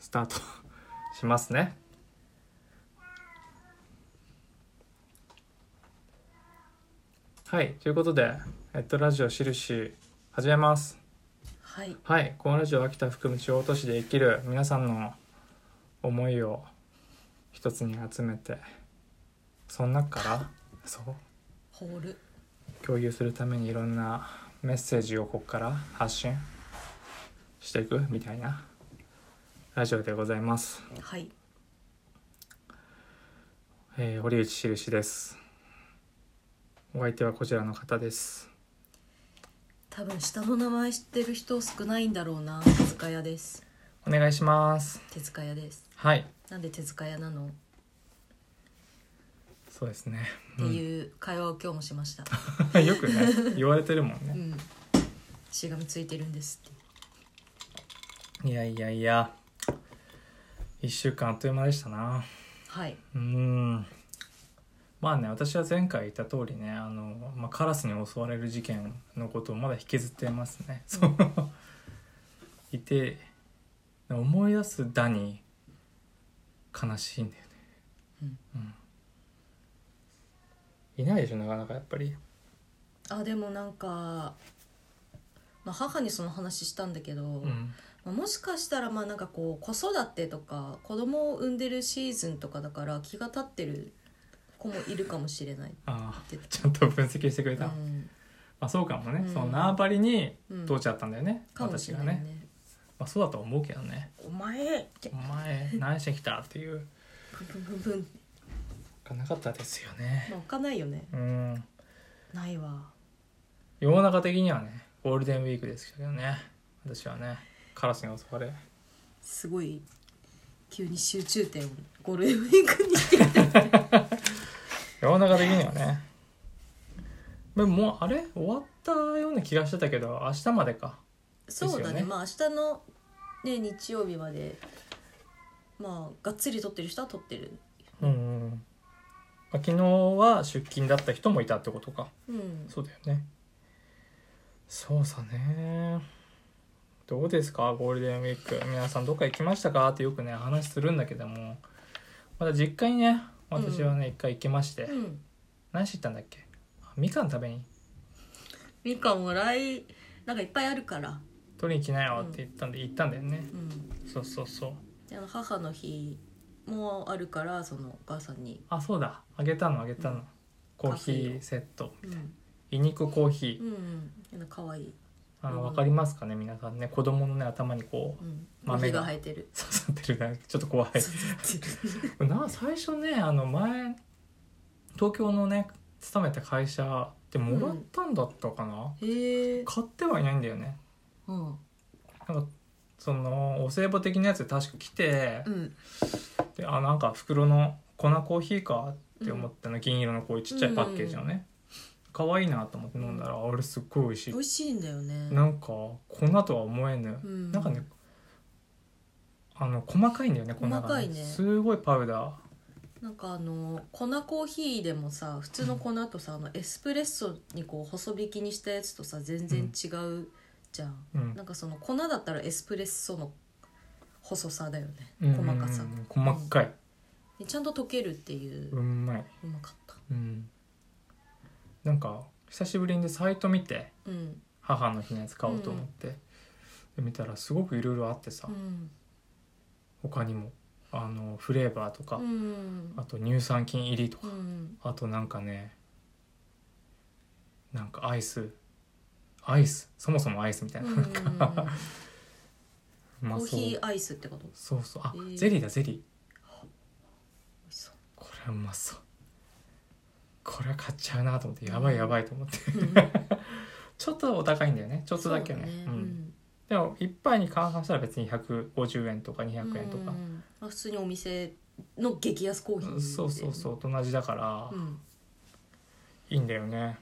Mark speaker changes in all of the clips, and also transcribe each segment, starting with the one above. Speaker 1: スタート しますねはいということでえっとラジオ印始めます
Speaker 2: はい
Speaker 1: はいこのラジオは秋田含む地方都市で生きる皆さんの思いを一つに集めてその中から そう
Speaker 2: ホール
Speaker 1: 共有するためにいろんなメッセージをここから発信していくみたいなラジオでございます、
Speaker 2: はい
Speaker 1: えー、堀内しるしですお相手はこちらの方です
Speaker 2: 多分下の名前知ってる人少ないんだろうな手塚屋です
Speaker 1: お願いします
Speaker 2: 手塚屋です
Speaker 1: はい
Speaker 2: なんで手塚屋なのっ
Speaker 1: そうですね、
Speaker 2: ていう会話を今日もしました
Speaker 1: うん、よくね言われてるもん
Speaker 2: う
Speaker 1: ね
Speaker 2: んしがみついてるんですって
Speaker 1: いやいやいや1週間あっという間でしたな
Speaker 2: はい、
Speaker 1: うーんまあね私は前回言った通りねあの、まあ、カラスに襲われる事件のことをまだ引きずってますね。そう いて思い出すだに悲しいんだよね。うんいないでしょなかなかやっぱり。
Speaker 2: あでもなんか、まあ、母にその話したんだけど、
Speaker 1: うん
Speaker 2: まあもしかしたらまあなんかこう子育てとか子供を産んでるシーズンとかだから気が立ってる子もいるかもしれないって
Speaker 1: ああ
Speaker 2: 言って
Speaker 1: ちゃんと分析してくれ
Speaker 2: た、
Speaker 1: た。
Speaker 2: う
Speaker 1: ま
Speaker 2: ん
Speaker 1: あそうかもね。
Speaker 2: うん
Speaker 1: その縄張りに
Speaker 2: うん、
Speaker 1: 通っちゃったんだよね、
Speaker 2: かもし
Speaker 1: 私
Speaker 2: れ
Speaker 1: が
Speaker 2: ない
Speaker 1: ね
Speaker 2: ね。
Speaker 1: まあそうだと思うけどね。
Speaker 2: お前って
Speaker 1: お前何してきたっていう。
Speaker 2: プンプンプンプン
Speaker 1: かなかったですよね
Speaker 2: まあ置かないよね
Speaker 1: うん
Speaker 2: ないわ
Speaker 1: 世の中的にはねゴールデンウィークですけどね私はねカラスに襲われ
Speaker 2: すごい急に集中点をゴールデンウィークにしてきた
Speaker 1: 世の中的にはねでももうあれ終わったような気がしてたけど明日までか
Speaker 2: そうだ
Speaker 1: です
Speaker 2: ね
Speaker 1: よね
Speaker 2: まあ明日の、ね、日曜日までまあがっつり撮ってる人は撮ってる
Speaker 1: うん、うんまあ、昨日は出勤だった人もいたってことか
Speaker 2: うん
Speaker 1: そうだよねそうさねどうですかゴールデンウィーク皆さんどっか行きましたかってよくね話するんだけどもまだ実家にね私はね一、回行きまして、
Speaker 2: うん
Speaker 1: 何して行ったんだっけあみかん食べに
Speaker 2: みかんも来なんかいっぱいあるから、
Speaker 1: 取りに来なよって言ったんで、行ったんだよね
Speaker 2: うん、
Speaker 1: そうそうそう
Speaker 2: であの母の日もあるからそのお母さんに、
Speaker 1: あそうだあげたのあげたの、
Speaker 2: うん
Speaker 1: コーヒーセット
Speaker 2: うん
Speaker 1: いにくコーヒ
Speaker 2: う
Speaker 1: ー
Speaker 2: んうん、なんか可愛い、
Speaker 1: あの
Speaker 2: うん
Speaker 1: 分かりますかね皆さんね子供のね頭にこう
Speaker 2: うん、
Speaker 1: 豆
Speaker 2: 豆
Speaker 1: が
Speaker 2: が生えてる、
Speaker 1: 刺さってるねちょっと怖い
Speaker 2: そうそうそう
Speaker 1: な最初ねあの前東京のね勤めた会社ってもらったんだったかな、
Speaker 2: へえ、
Speaker 1: 買ってはいないんだよね
Speaker 2: うん
Speaker 1: なんかそのお歳暮的なやつで確か来て、
Speaker 2: うん、
Speaker 1: であなんか袋の粉コーヒーかって思ったの、銀色のこういうちっちゃいパッケージのね、可愛いなと思って飲んだら、あれすっごい美味しい、
Speaker 2: 美味しいんだよね
Speaker 1: なんか粉とは思えぬ、
Speaker 2: うん
Speaker 1: なんかねあの細かいんだよね粉が、
Speaker 2: 細かいね
Speaker 1: すごいパウダー
Speaker 2: なんかあの粉コーヒーでもさ普通の粉とさ、あのエスプレッソにこう細引きにしたやつとさ全然違うじゃん、
Speaker 1: うん
Speaker 2: なんかその粉だったらエスプレッソの細さだよね
Speaker 1: うん
Speaker 2: 細かさ、
Speaker 1: 細かい、
Speaker 2: でちゃんと溶けるっていう、
Speaker 1: うまい、
Speaker 2: うまかった
Speaker 1: うん、なんか久しぶりにサイト見て
Speaker 2: うん、
Speaker 1: 母の日のやつ買おうと思って、で見たらすごくいろいろあってさ、
Speaker 2: うん
Speaker 1: 他にもあのフレーバーとか、
Speaker 2: うん
Speaker 1: あと乳酸菌入りとか、
Speaker 2: うん、
Speaker 1: あとなんかねなんかアイスアイスそもそもアイスみたいな、なんかう
Speaker 2: コ
Speaker 1: ま
Speaker 2: ー
Speaker 1: そう
Speaker 2: ヒーアイスってこと美
Speaker 1: そうそうあ、
Speaker 2: えー
Speaker 1: ゼリーだゼリー
Speaker 2: 味しそう
Speaker 1: これはうまそうこれは買っちゃうなと思ってやばいやばいと思って、ちょっとお高いんだよねちょっとだけね
Speaker 2: そう
Speaker 1: う、
Speaker 2: うんん
Speaker 1: でも一杯に換算したら別に150円とか200円とか
Speaker 2: うん、まあ、普通にお店の激安コーヒー
Speaker 1: そうそうそうと同じだから、
Speaker 2: う、うん、
Speaker 1: いいんだよね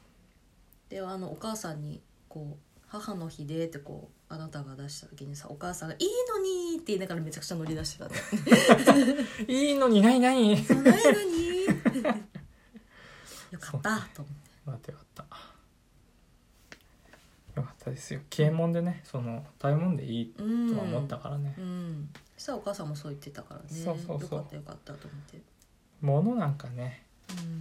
Speaker 2: であのお母さんにこう「母の日で」ってこうあなたが出した時にさお母さんが「いいのに」って言いながらめちゃくちゃ乗り出して たの「
Speaker 1: いいのにないない
Speaker 2: そんないのに」 よかったと思って
Speaker 1: よかったよかったよかったですよ消えもんでねその食べ物でいい
Speaker 2: うん
Speaker 1: とは思ったからね、
Speaker 2: うんさお母さんもそう言ってたからね
Speaker 1: そうそうそう
Speaker 2: よかったよかったと思って
Speaker 1: 物なんかね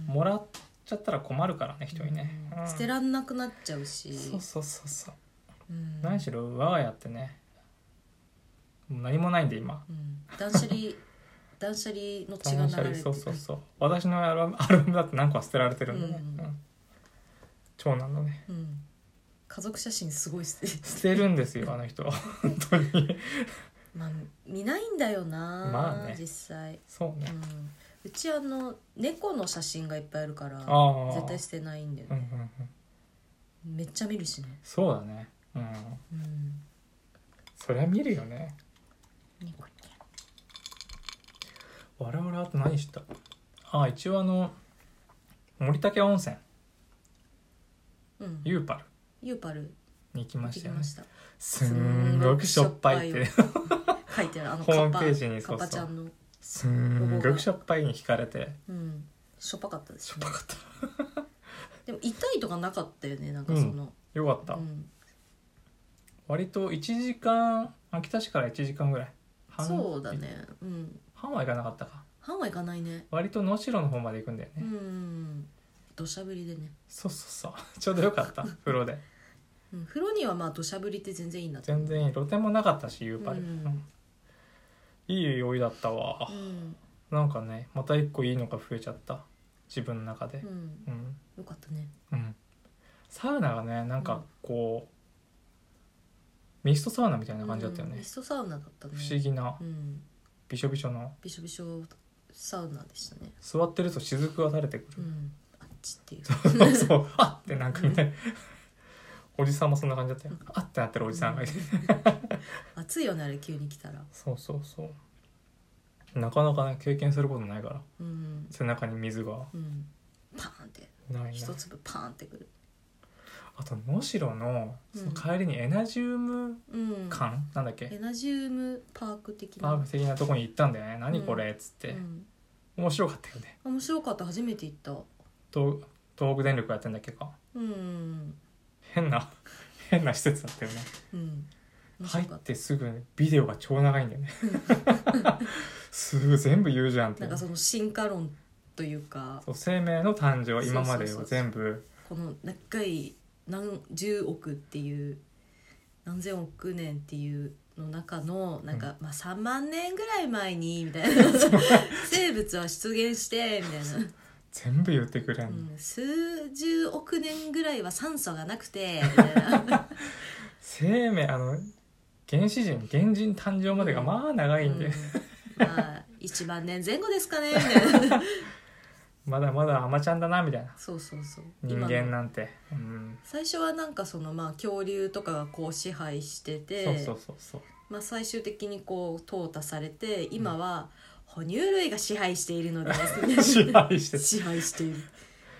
Speaker 2: うん
Speaker 1: もらっちゃったら困るからね人にね、
Speaker 2: うん
Speaker 1: うん
Speaker 2: 捨てらんなくなっちゃうし
Speaker 1: そうそうそうそう
Speaker 2: うん
Speaker 1: 何しろ我が家ってねもう何もないんで今
Speaker 2: うん断捨離 断捨離の血が流れてる
Speaker 1: そうそうそう私のアルバムアルバムだって何個は捨てられてるんでね、
Speaker 2: うん
Speaker 1: うん長男のね
Speaker 2: うん家族写真すごい捨て
Speaker 1: 捨てるんですよあの人本当に
Speaker 2: まあ見ないんだよな、
Speaker 1: まあね
Speaker 2: 実際、
Speaker 1: そう
Speaker 2: う
Speaker 1: ね
Speaker 2: ん、うちあの猫の写真がいっぱいあるから
Speaker 1: ああ
Speaker 2: 絶対捨てないんだよ
Speaker 1: うんう
Speaker 2: ね、
Speaker 1: んうん
Speaker 2: めっちゃ見るしね、
Speaker 1: そうだねうん
Speaker 2: うん、
Speaker 1: そりゃ見るよね
Speaker 2: 猫ち
Speaker 1: 我々あと何したあ一応あの森竹温泉
Speaker 2: ゃんうん
Speaker 1: ユーパル
Speaker 2: ユーパル
Speaker 1: に行き
Speaker 2: 行
Speaker 1: ま
Speaker 2: って
Speaker 1: し
Speaker 2: き
Speaker 1: たよ
Speaker 2: ま
Speaker 1: ね
Speaker 2: した
Speaker 1: すんごくしょっぱいって
Speaker 2: 書いてるあの
Speaker 1: ホ
Speaker 2: カ
Speaker 1: ーム
Speaker 2: ッパ
Speaker 1: ページに
Speaker 2: カ
Speaker 1: そうそう
Speaker 2: ッパちゃんの
Speaker 1: すんごくしょっぱ いに惹かれて
Speaker 2: うんしょっぱかったで
Speaker 1: し
Speaker 2: す
Speaker 1: ょっ
Speaker 2: ね
Speaker 1: ぱかった
Speaker 2: でも痛いとかなかったよねなんかその、
Speaker 1: よかった、
Speaker 2: うん
Speaker 1: 割と1時間秋田市から1時間ぐらい半
Speaker 2: そうだねうん
Speaker 1: 半は行かなかったか
Speaker 2: 半は行かないね
Speaker 1: 割と能代の方まで行くんだよ
Speaker 2: う
Speaker 1: ね、
Speaker 2: ん土砂降りでね、
Speaker 1: そうそうそう ちょうどよか った風呂で
Speaker 2: うん、風呂にはまあ土砂降りって全然いいんだ
Speaker 1: 全然いい露天もなかったしユーパル、
Speaker 2: うん
Speaker 1: うんいいお湯だったわ
Speaker 2: う、ん、
Speaker 1: なんかねまた一個いいのが増えちゃった自分の中で
Speaker 2: うん、
Speaker 1: うん
Speaker 2: よかったね
Speaker 1: うんサウナがねなんかこう、ミストサウナみたいな感じだったよ
Speaker 2: うん
Speaker 1: ね
Speaker 2: ミ、ストサウナだったね
Speaker 1: 不思議な
Speaker 2: うん
Speaker 1: びしょびしょの
Speaker 2: びしょびしょサウナでしたね
Speaker 1: 座ってると雫が垂れてくる
Speaker 2: う、んあっちってい う
Speaker 1: そうそうあってなんかね、おじさんもそんな感じだったよ、あってなってるおじさんがいて、
Speaker 2: 暑いよねあれ急に来たら
Speaker 1: そうそうそうなかなかね経験することないから
Speaker 2: うん
Speaker 1: 背中に水が
Speaker 2: うんパーンって
Speaker 1: ないな
Speaker 2: 一粒パーンってくる
Speaker 1: あと能代の
Speaker 2: うん
Speaker 1: その帰りにエナジウム
Speaker 2: うん
Speaker 1: 館、なんだっけ
Speaker 2: エナジウムパーク的な
Speaker 1: パーク的なとこに行ったんだよね何これっつって、
Speaker 2: うん、
Speaker 1: 面白かったよね
Speaker 2: 面白かった初めて行った
Speaker 1: 東東北電力がやってんだっけか
Speaker 2: うん
Speaker 1: 変な 変な施設だったよね
Speaker 2: うん
Speaker 1: 入
Speaker 2: 面白
Speaker 1: っ
Speaker 2: かった
Speaker 1: てすぐビデオが超長いんだよね すぐ全部言うじゃんって
Speaker 2: なんかその進化論というか
Speaker 1: そう生命の誕生今までを
Speaker 2: そうそうそうそう
Speaker 1: 全部
Speaker 2: この長い何十億っていう何千億年っていうの中のなんか、まあ3万年ぐらい前にみた いな生物は出現してみたいな、
Speaker 1: 全部言ってくれん、
Speaker 2: うん、数十億年ぐらいは酸素がなくてみたいな
Speaker 1: 生命あの原始人原人誕生までがまあ長いんで、
Speaker 2: うんまあ1万年前後ですかね みたいな
Speaker 1: まだまだアマちゃんだなみたいな
Speaker 2: そうそうそう
Speaker 1: 人
Speaker 2: 今の
Speaker 1: 間なんて、うん、
Speaker 2: 最初はなんかそのまあ恐竜とかがこう支配してて
Speaker 1: そうそうそうそう
Speaker 2: まあ、最終的にこう淘汰されて今は哺乳類が支配している のです
Speaker 1: 支配して
Speaker 2: 支配している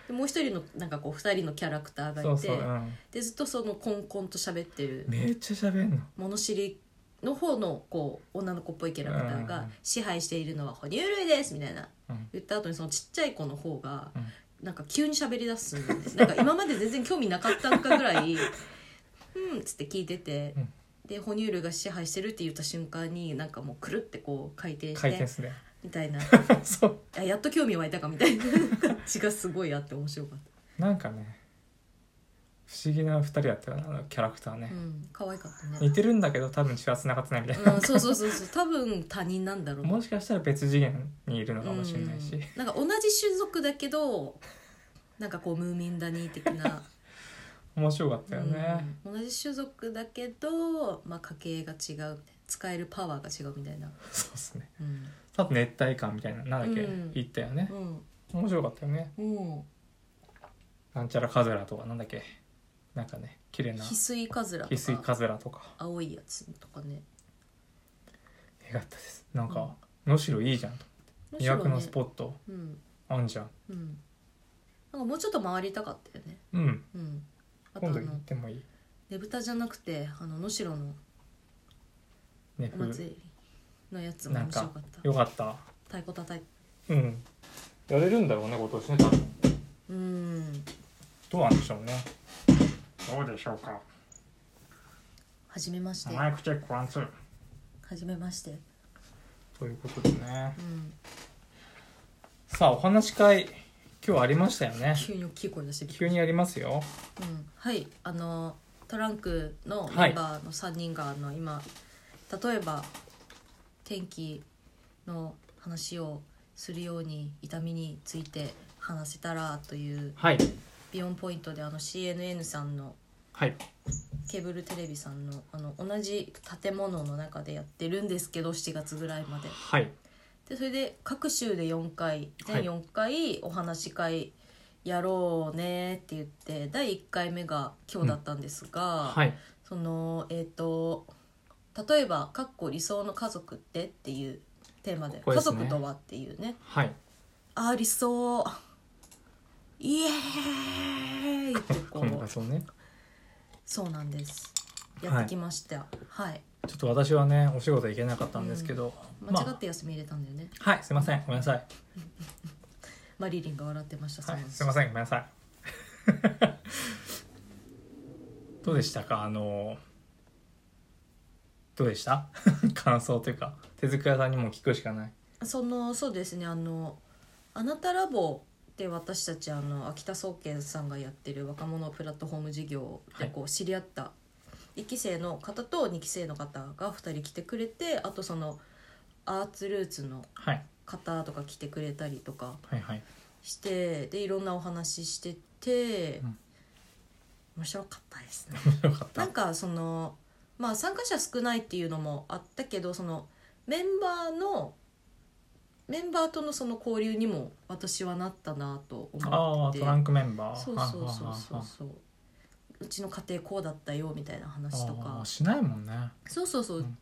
Speaker 2: でもう一人のなんかこう二人のキャラクターがいて
Speaker 1: そうそう、うん、
Speaker 2: でずっとそのコンコンと喋ってる
Speaker 1: めっちゃ喋んの
Speaker 2: 物知りの方のこう女の子っぽいキャラクター
Speaker 1: うんう
Speaker 2: が
Speaker 1: ん
Speaker 2: 「支配しているのは哺乳類です」みたいな
Speaker 1: うん
Speaker 2: 言った後にそのちっちゃい子の方が
Speaker 1: うん
Speaker 2: なんか急に喋り出すんだよねなんか今まで全然興味なかったのかぐらい 「うん」っつって聞いてて、
Speaker 1: うん
Speaker 2: で哺乳類が支配してるって言った瞬間になんかもうくるってこう回転し
Speaker 1: 回転
Speaker 2: て
Speaker 1: すね
Speaker 2: みたいな
Speaker 1: そう
Speaker 2: あやっと興味湧いたかみたいな 感じがすごいあって面白かっ
Speaker 1: なんかね不思議な二人だったよねあのキャラクター
Speaker 2: た、う
Speaker 1: ね、
Speaker 2: ん、可愛かったね、
Speaker 1: 似てるんだけど多分血は繋がってないみたいな、
Speaker 2: うん、そうそうそうそう多分他人なんだろうな
Speaker 1: もしかしたら別次元にいるのかもしれないし、
Speaker 2: うんなんか同じ種族だけどなんかこうムーミンダニー的 な、
Speaker 1: 面白かったよね、
Speaker 2: うん同じ種族だけど、まあ、家系が違う使えるパワーが違うみたいな、
Speaker 1: そうですね
Speaker 2: うん
Speaker 1: あと熱帯感みたいななんだっけ、
Speaker 2: うん
Speaker 1: 言ったよね
Speaker 2: うん
Speaker 1: 面白かったよね
Speaker 2: うん、
Speaker 1: なんちゃらカズラとかなんだっけなんかね綺麗な
Speaker 2: 翡翠カズラと
Speaker 1: 翡翠カ
Speaker 2: か
Speaker 1: ズラとか
Speaker 2: 青いやつとかね
Speaker 1: よかったですなんか能代、いいじゃんと魅惑のス
Speaker 2: ッ
Speaker 1: ポット
Speaker 2: ト、うん
Speaker 1: あんじゃん
Speaker 2: うん、なんかもうちょっと回りたかったよね、
Speaker 1: うん
Speaker 2: うん、あとあ
Speaker 1: 今度行っ
Speaker 2: の
Speaker 1: てもいい
Speaker 2: ねぶたじゃなくてあの能代の
Speaker 1: ね
Speaker 2: お
Speaker 1: ふ
Speaker 2: 祭りのやつも面白かった
Speaker 1: よかった
Speaker 2: 太鼓叩いて
Speaker 1: うんやれるんだろうね今年ね多分
Speaker 2: うん
Speaker 1: どうなんでしょうねどうでしょうか
Speaker 2: はじめまして
Speaker 1: イクチェックワンツー
Speaker 2: はじめまして。
Speaker 1: そういうことですね
Speaker 2: うん、
Speaker 1: さあお話し会今日ありましたよね
Speaker 2: 急に大きい声出してびっく
Speaker 1: 急
Speaker 2: り
Speaker 1: にやりますよ
Speaker 2: うん、はいあのトランクのメンバーの3人が、あの今例えば天気の話をするように痛みについて話せたらという
Speaker 1: はい
Speaker 2: ビヨンポイントであの CNN さんの
Speaker 1: はい
Speaker 2: ケーブルテレビさんのあの同じ建物の中でやってるんですけど7月ぐらいまで
Speaker 1: はい
Speaker 2: でそれで各週で4回
Speaker 1: は
Speaker 2: 全
Speaker 1: い
Speaker 2: 4回お話し会やろうねって言って第1回目が今日だったんですが、
Speaker 1: はい
Speaker 2: そのえっ、と例えば「かっこ理想の家族って?」っていうテーマで
Speaker 1: ここ
Speaker 2: 家
Speaker 1: ですね
Speaker 2: 族とは?」っていうね
Speaker 1: はい
Speaker 2: あー理想イエーイってこ
Speaker 1: この画
Speaker 2: う
Speaker 1: 像ね
Speaker 2: そうなんですやってきましたはい、
Speaker 1: ちょっと私はねお仕事行けなかったんですけど、
Speaker 2: 間違って休み入れたんだよね、
Speaker 1: まあはいすいませんごめんなさい
Speaker 2: マリリンが笑ってました
Speaker 1: はい、す
Speaker 2: い
Speaker 1: みません、ごめんなさい。 どうでしたか、あの。どうでした 感想というか、手作屋さんにも聞くしかない。
Speaker 2: そのそうですねあの「あなたラボ」で私たちあの秋田総研さんがやってる若者プラットフォーム事業で
Speaker 1: はい
Speaker 2: こう知り合った1期生の方と2期生の方が2人来てくれてあとそのアーツルーツの
Speaker 1: はい、
Speaker 2: 方とか来てくれたりとか
Speaker 1: はい、はい。
Speaker 2: してでいろんなお話ししてて、
Speaker 1: うん
Speaker 2: 面白かったですね。
Speaker 1: よかっ
Speaker 2: な
Speaker 1: た
Speaker 2: ん。かそのまあ参加者少ないっていうのもあったけどそのメンバーのメンバーとのその交流にも私はなったなと
Speaker 1: あ
Speaker 2: 思っ
Speaker 1: あ、
Speaker 2: て
Speaker 1: トランクメンバー。
Speaker 2: そうそうそうそ
Speaker 1: あ
Speaker 2: うそううちの家庭こうだったよみたいな話と
Speaker 1: あああ
Speaker 2: か
Speaker 1: あしないもんね。
Speaker 2: そうそうそう、
Speaker 1: うん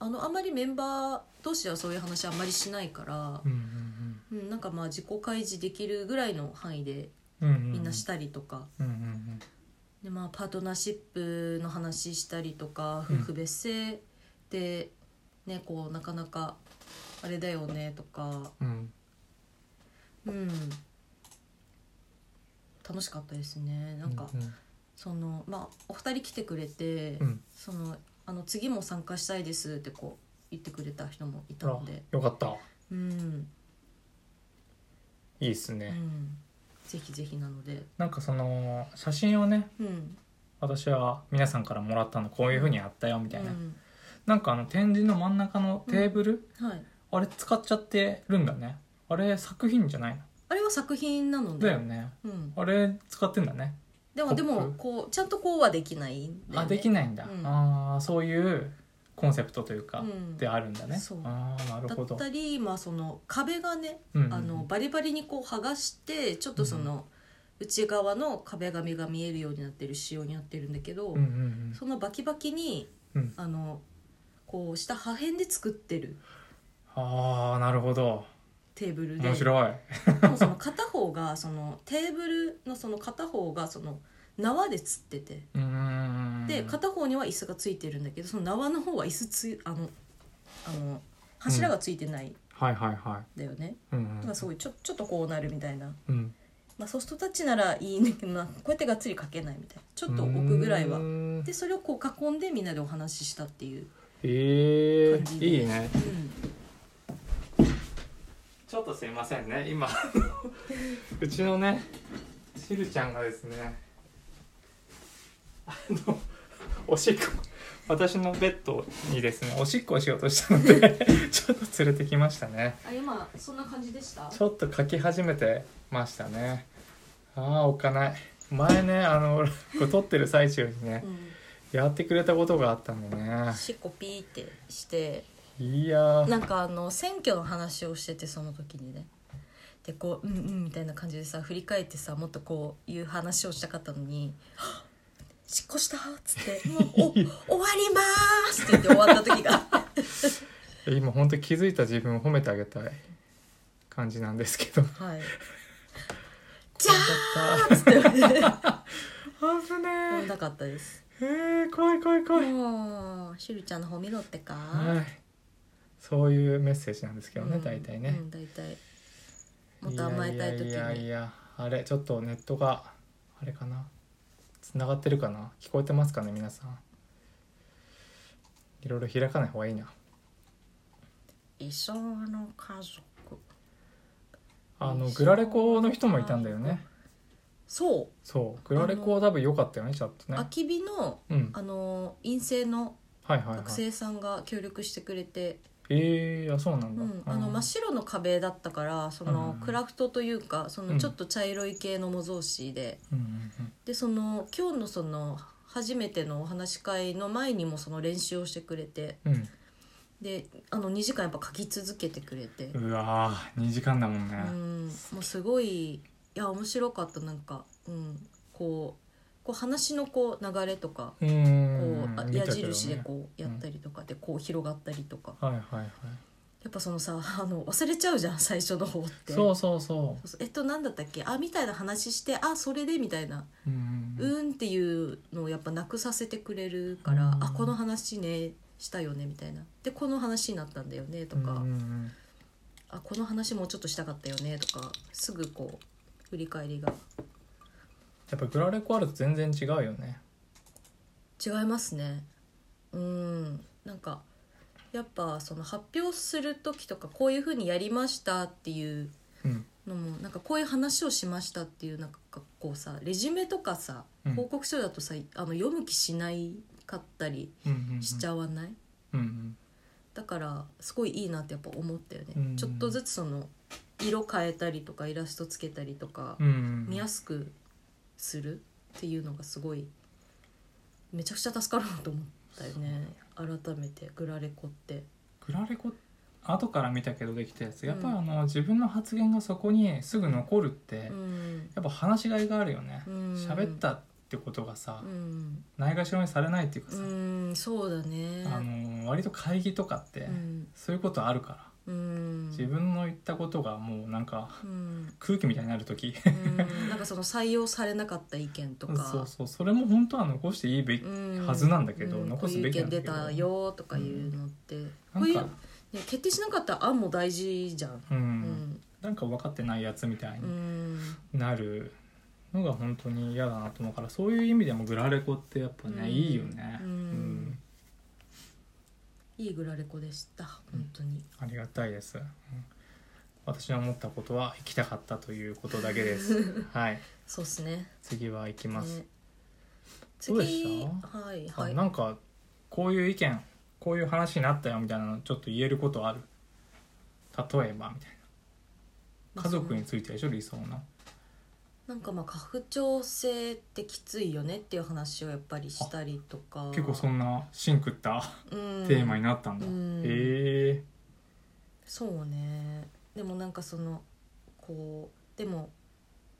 Speaker 2: あのあんまりメンバー同士ではそういう話あんまりしないから
Speaker 1: う、ん、うん、
Speaker 2: うん、なんかまあ自己開示できるぐらいの範囲で
Speaker 1: うん。うん、うん。
Speaker 2: みんなしたりとか、
Speaker 1: うん、うん、うん。
Speaker 2: でまあパートナーシップの話したりとか
Speaker 1: うん
Speaker 2: 夫婦別姓で、ねこうなかなかあれだよねとか
Speaker 1: うん、
Speaker 2: うん楽しかったですねなんか、
Speaker 1: ううん
Speaker 2: そのまあお二人来てくれて、
Speaker 1: うん
Speaker 2: そのあの次も参加したいですってこう言ってくれた人もいた
Speaker 1: あ
Speaker 2: ので
Speaker 1: よかった。
Speaker 2: うん、
Speaker 1: いいです
Speaker 2: う
Speaker 1: ね。
Speaker 2: ん、ぜひぜひなので
Speaker 1: なんか、その写真をね。
Speaker 2: うん
Speaker 1: 私は皆さんからもらったのこういうふうにやったよみたいな、
Speaker 2: うん
Speaker 1: なんかあの展示の真ん中のテーブル、
Speaker 2: はい
Speaker 1: あれ使っちゃってるんだねあれ作品じゃない
Speaker 2: あれは作品なの
Speaker 1: の
Speaker 2: で
Speaker 1: だよね
Speaker 2: うん、
Speaker 1: あれ使ってんだね
Speaker 2: でもで
Speaker 1: コッ
Speaker 2: も
Speaker 1: プ
Speaker 2: こうちゃんとこうはできないんだよ
Speaker 1: あ
Speaker 2: ね
Speaker 1: できないんだ、
Speaker 2: うん
Speaker 1: ああそういうコンセプトというか、
Speaker 2: うん
Speaker 1: であるんだね
Speaker 2: そう
Speaker 1: ああなる
Speaker 2: だ
Speaker 1: ほ
Speaker 2: っ
Speaker 1: ど
Speaker 2: たり、まあ、その壁がね、
Speaker 1: うんうんうん
Speaker 2: あのバリバリにこう剥がしてちょっとその、内側の壁紙が見えるようになってる仕様になってるんだけど、
Speaker 1: うんうん
Speaker 2: そのバキバキに
Speaker 1: うんうん
Speaker 2: あのこう下破片で作ってる
Speaker 1: ああなるほど
Speaker 2: テーブルで
Speaker 1: 面白い
Speaker 2: でもその片方がそのテーブルのその片方がその縄でつってて。
Speaker 1: うーん
Speaker 2: で片方には椅子がついてるんだけどその縄の方は椅子つあのあの柱がついてないん
Speaker 1: はいはいは
Speaker 2: だよね、
Speaker 1: いうん
Speaker 2: だからすごいちょちょっとこうなるみたいな、
Speaker 1: うんうん
Speaker 2: まあ、ソフトタッチならいいんだけどな こうやってがっつりかけないみたいなちょっと置くぐらいうは
Speaker 1: ーん
Speaker 2: でそれをこう囲んでみんなでお話ししたっていう、
Speaker 1: ええ
Speaker 2: 感じで
Speaker 1: いいね
Speaker 2: うん、
Speaker 1: ちょっとすいませんね今 うちのねしるちゃんがですねあのおしっこ私のベッドにですねおしっこをしようとしたので ちょっと連れてきましたね
Speaker 2: あ今そんな感じでした
Speaker 1: ちょっと書き始めてましたねああ置かない前ねあのこれ撮ってる最中にね
Speaker 2: うん、
Speaker 1: やってくれたことがあったんでね
Speaker 2: しっこピーってして
Speaker 1: いやー
Speaker 2: なんかあの選挙の話をしててその時にねでこう「うんうん」みたいな感じでさ振り返ってさもっとこういう話をしたかったのに「しっこした」っつって「もう お終わりまーす」って言って終わった時が
Speaker 1: 今本当気づいた自分を褒めてあげたい感じなんですけど
Speaker 2: はい「じゃ
Speaker 1: あ
Speaker 2: ー」っつって
Speaker 1: 危
Speaker 2: 飲ん
Speaker 1: ね
Speaker 2: だかったです
Speaker 1: え。えー、怖い怖い怖い。
Speaker 2: もうしゅるちゃんの方見ろってか
Speaker 1: はい。そういうメッセージなんですけ
Speaker 2: う
Speaker 1: ど
Speaker 2: ん
Speaker 1: ね、大体ね
Speaker 2: う。ん大体もっと甘えたい時に
Speaker 1: いやいやいや、あれちょっとネットがあれかな。繋がってるかな。聞こえてますかね、皆さん。いろいろ開かない方がいいな。
Speaker 2: 理想の家族
Speaker 1: あのグラレコの人もいたんだよね
Speaker 2: そう
Speaker 1: そうグラレコは多分良かったよねちょっとね
Speaker 2: 空き火の
Speaker 1: うん
Speaker 2: あの陰性の
Speaker 1: はいはいはい
Speaker 2: 学生さんが協力してくれて、
Speaker 1: えー、あそうなんだ、
Speaker 2: うん、あの真っ白の壁だったからその
Speaker 1: うん
Speaker 2: クラフトというかそうの
Speaker 1: ん
Speaker 2: ちょっと茶色い系の模造紙で
Speaker 1: うんうんうん
Speaker 2: でその今日のその初めてのお話し会の前にもその練習をしてくれて
Speaker 1: うん
Speaker 2: であの2時間やっぱ書き続けてくれて、
Speaker 1: うわー2時間だもんね、
Speaker 2: うん、もうすごいいや面白かったなんか、うん、こうこう話のこう流れとか
Speaker 1: うー
Speaker 2: こうんあ
Speaker 1: 見た
Speaker 2: 矢
Speaker 1: けどね
Speaker 2: 印でこうやったりとかでこう広がったりとか
Speaker 1: はいはいはい
Speaker 2: やっぱそのさ あの忘れちゃうじゃん最初の方って。
Speaker 1: そううそうそ
Speaker 2: そうえっと何だったっけあみたいな話してあそれでみたいな
Speaker 1: ううん
Speaker 2: う
Speaker 1: うん
Speaker 2: ーんっていうのをやっぱなくさせてくれるから、
Speaker 1: うん
Speaker 2: あこの話ねしたよねみたいなでこの話になったんだよねと
Speaker 1: うん
Speaker 2: か、
Speaker 1: うんうん
Speaker 2: あこの話もうちょっとしたかったよねとかすぐこう振り返りが
Speaker 1: やっぱグラレコあると全然違うよね
Speaker 2: 違いますねうんなんかやっぱその発表する時とかこういうふうにやりましたっていう
Speaker 1: うん
Speaker 2: のもなんかこういう話をしましたっていうなんかこうさレジュメとかさ
Speaker 1: うん
Speaker 2: 報告書だとさ、あの読む気しないかったり
Speaker 1: うんうんうん
Speaker 2: しちゃわない、
Speaker 1: うんうん
Speaker 2: だからすごいいいなってやっぱ思ったよね、
Speaker 1: うん
Speaker 2: ちょっとずつその色変えたりとかイラストつけたりとか、
Speaker 1: うんうん
Speaker 2: 見やすくするっていうのがすごいめちゃくちゃ助かるなと思ったよね改めてグラレコって
Speaker 1: グラレコ後から見たけどできたやつやっぱり
Speaker 2: うん
Speaker 1: あの自分の発言がそこにすぐ残るって、
Speaker 2: う
Speaker 1: やっ
Speaker 2: ん
Speaker 1: ぱ話しがいがあるよね
Speaker 2: うん
Speaker 1: 喋、ったってことがさ
Speaker 2: うん、
Speaker 1: ないがしろにされないっていうか
Speaker 2: う
Speaker 1: さ、
Speaker 2: ん、そうだね
Speaker 1: あの割と会議とかって、
Speaker 2: うん
Speaker 1: そういうことあるから
Speaker 2: うん
Speaker 1: 自分の言ったことがもうなんか
Speaker 2: うん
Speaker 1: 空気みたいになる時
Speaker 2: うんなんかその採用されなかった意見とか
Speaker 1: そうそうそれも本当は残していいべき
Speaker 2: うん
Speaker 1: はずなんだけど
Speaker 2: うん
Speaker 1: 残すべきなんだけど
Speaker 2: こういう意見出たよとかいうのって、
Speaker 1: な
Speaker 2: こうい
Speaker 1: ん
Speaker 2: う、
Speaker 1: か
Speaker 2: ね、決定しなかった案も大事じゃん、
Speaker 1: う
Speaker 2: うんん
Speaker 1: なんか分かってないやつみたい
Speaker 2: うん
Speaker 1: になるのが本当に嫌だなと思うからそういう意味でもグラレコってやっぱね、
Speaker 2: うん
Speaker 1: いいよね、
Speaker 2: うんいいグラレコでした本当に、
Speaker 1: ありがたいです、うん私の思ったことは行きたかったということだけです はい
Speaker 2: そうっすね
Speaker 1: 次は行きます、
Speaker 2: ね
Speaker 1: どうでし
Speaker 2: 次
Speaker 1: た
Speaker 2: はい
Speaker 1: あ
Speaker 2: はい
Speaker 1: なんかこういう意見こういう話になったよみたいなのちょっと言えることある例えばみたいな家族についてでしょ理想の
Speaker 2: なんかまあ家父長制ってきついよねっていう話をやっぱりしたりとか
Speaker 1: 結構そんなシンクった
Speaker 2: うん
Speaker 1: テーマになったんだ、
Speaker 2: うん
Speaker 1: へえ
Speaker 2: そうねでもなんかそのこうでも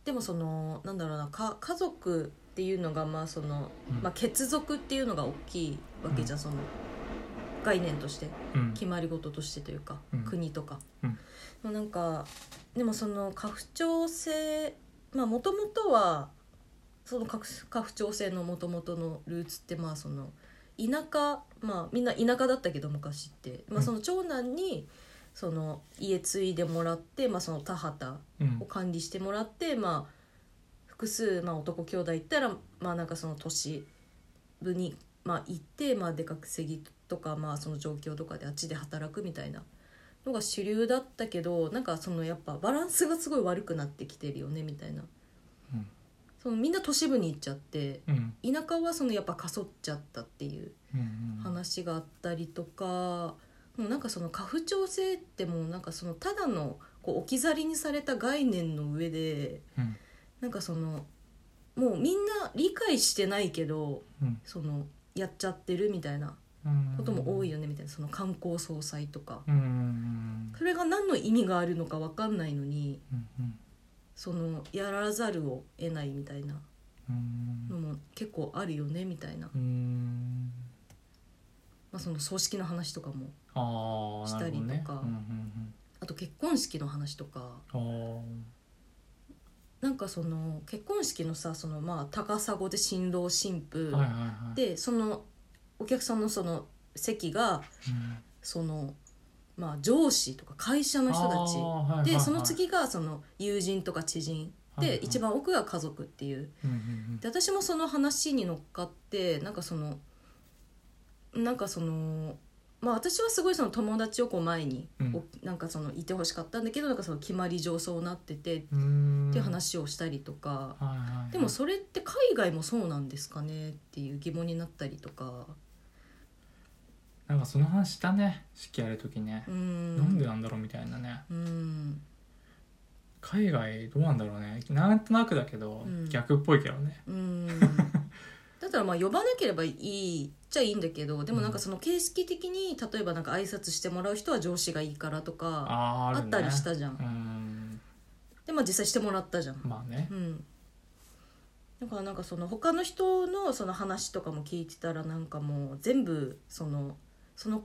Speaker 2: でもそのなんだろうなか家族っていうのがまあその、
Speaker 1: うん
Speaker 2: まあ、血族っていうのが大きいわけじゃん、その概念として
Speaker 1: うん
Speaker 2: 決まり事としてというか、
Speaker 1: うん
Speaker 2: 国とか、
Speaker 1: うん
Speaker 2: でもなんかでもその家父長制まあもともとはその家父家父長制のもともとのルーツってまあその田舎まあみんな田舎だったけど昔って、ま
Speaker 1: う
Speaker 2: あ、
Speaker 1: ん
Speaker 2: その長男にその家継いでもらって、まあ、その田畑
Speaker 1: うん
Speaker 2: を管理してもらって、まあ、複数、まあ、男兄弟いったら、まあ、なんかその都市部に、まあ、行って、まあ、出稼ぎとか、まあ、その状況とかであっちで働くみたいなのが主流だったけどなんかそのやっぱバランスがすごい悪くなってきてるよねみたいな
Speaker 1: うん
Speaker 2: そのみんな都市部に行っちゃって
Speaker 1: うん
Speaker 2: 田舎はそのやっぱかそっちゃったっていう
Speaker 1: うんうん
Speaker 2: 話があったりとか、もうなんかその家父長制ってもうなんかそのただのこう置き去りにされた概念の上で
Speaker 1: うん
Speaker 2: なんかそのもうみんな理解してないけど
Speaker 1: うん
Speaker 2: そのやっちゃってるみたいな
Speaker 1: うん
Speaker 2: ことも多いよねみたいなその観光総裁とか
Speaker 1: うんうん
Speaker 2: それが何の意味があるのか分かんないのに
Speaker 1: うんうん
Speaker 2: そのやらざるを得ないみたいな
Speaker 1: うん
Speaker 2: のも結構あるよねみたいな、
Speaker 1: うん
Speaker 2: まあ、その葬式の話とかも
Speaker 1: ああなるほど
Speaker 2: したり
Speaker 1: ね
Speaker 2: と
Speaker 1: う
Speaker 2: か
Speaker 1: んうん
Speaker 2: あと結婚式の話とか
Speaker 1: うん
Speaker 2: なんかその結婚式のさそのまあ高砂で新郎新婦、
Speaker 1: ああはいはいはい
Speaker 2: でそのお客さんのその席が
Speaker 1: うん
Speaker 2: その、まあ、上司とか会社の人た
Speaker 1: あ
Speaker 2: ち、
Speaker 1: ーはいはいはい
Speaker 2: でその次がその友人とか知人
Speaker 1: はい
Speaker 2: で
Speaker 1: はい
Speaker 2: 一番奥が家族っていう
Speaker 1: うんうん
Speaker 2: で私もその話に乗っかってなんかそのなんかそのまあ、私はすごいその友達をこう前に、
Speaker 1: うん
Speaker 2: おなんかそのいてほしかったんだけどなんかその決まり上そうなっててっ
Speaker 1: うーん
Speaker 2: ていう話をしたりとか、
Speaker 1: はいはいはい
Speaker 2: でもそれって海外もそうなんですかねっていう疑問になったりとか
Speaker 1: なんかその話したね式やる時ね
Speaker 2: う、ん
Speaker 1: なんでなんだろうみたいなね
Speaker 2: うん
Speaker 1: 海外どうなんだろうねなんとなくだけど、
Speaker 2: うん
Speaker 1: 逆っぽいけどね
Speaker 2: うんだったらまあ呼ばなければいいっちゃいいんだけどでもなんかその形式的に例えばなんか挨拶してもらう人は上司がいいからとか
Speaker 1: あー
Speaker 2: あ
Speaker 1: ある
Speaker 2: っ
Speaker 1: ね
Speaker 2: たりしたじゃん
Speaker 1: うーん
Speaker 2: でまあ実際してもらったじゃん
Speaker 1: まあね
Speaker 2: うん、だからなんかその他の人のその話とかも聞いてたらなんかもう全部そのその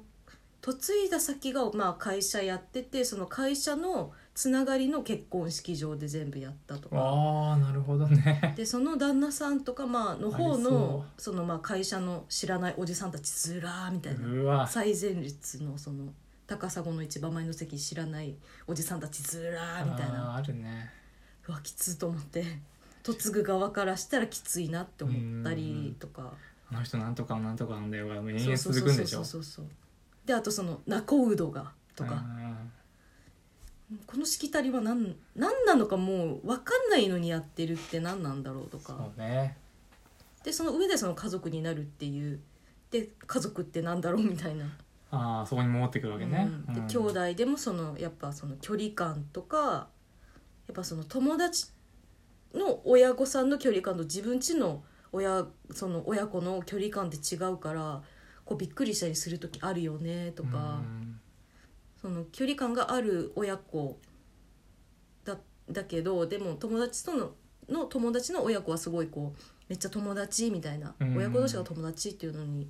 Speaker 2: 嫁いだ先がまあ会社やっててその会社のつながりの結婚式場で全部やったとか
Speaker 1: ああなるほどね
Speaker 2: でその旦那さんとかまあの方
Speaker 1: ありそ
Speaker 2: のそのまあ会社の知らないおじさんたちずらーみたいな
Speaker 1: うわ
Speaker 2: 最前列のその高砂の一番前の席知らないおじさんたちずらーみたいな
Speaker 1: あーあるね
Speaker 2: うわきつと思って嫁ぐ側からしたらきついなって思ったりとか
Speaker 1: あの人なんとかなんとかなんだよがもう延
Speaker 2: そう
Speaker 1: 々続く
Speaker 2: そうそう
Speaker 1: ん
Speaker 2: そ
Speaker 1: で
Speaker 2: う
Speaker 1: し
Speaker 2: そ
Speaker 1: ょ
Speaker 2: うそうそうであとその「ナコウドが」と
Speaker 1: う
Speaker 2: か、
Speaker 1: ん
Speaker 2: このしきたりは何何なのかもう分かんないのにやってるって何なんだろうと
Speaker 1: そ
Speaker 2: か
Speaker 1: うね
Speaker 2: でその上でその家族になるっていうで家族ってなんだろうみたいな、
Speaker 1: ああそこに戻ってくるわけね、
Speaker 2: うんで
Speaker 1: うん
Speaker 2: 兄弟でもそのやっぱその距離感とかやっぱその友達の親御さんの距離感と自分ちの親その親子の距離感って違うからこうびっくりしたりする時あるよねとか、
Speaker 1: うん
Speaker 2: その距離感がある親子だだけどでも友達とのの友達の親子はすごいこうめっちゃ友達みたいな、
Speaker 1: うん
Speaker 2: 親子同士が友達っていうのに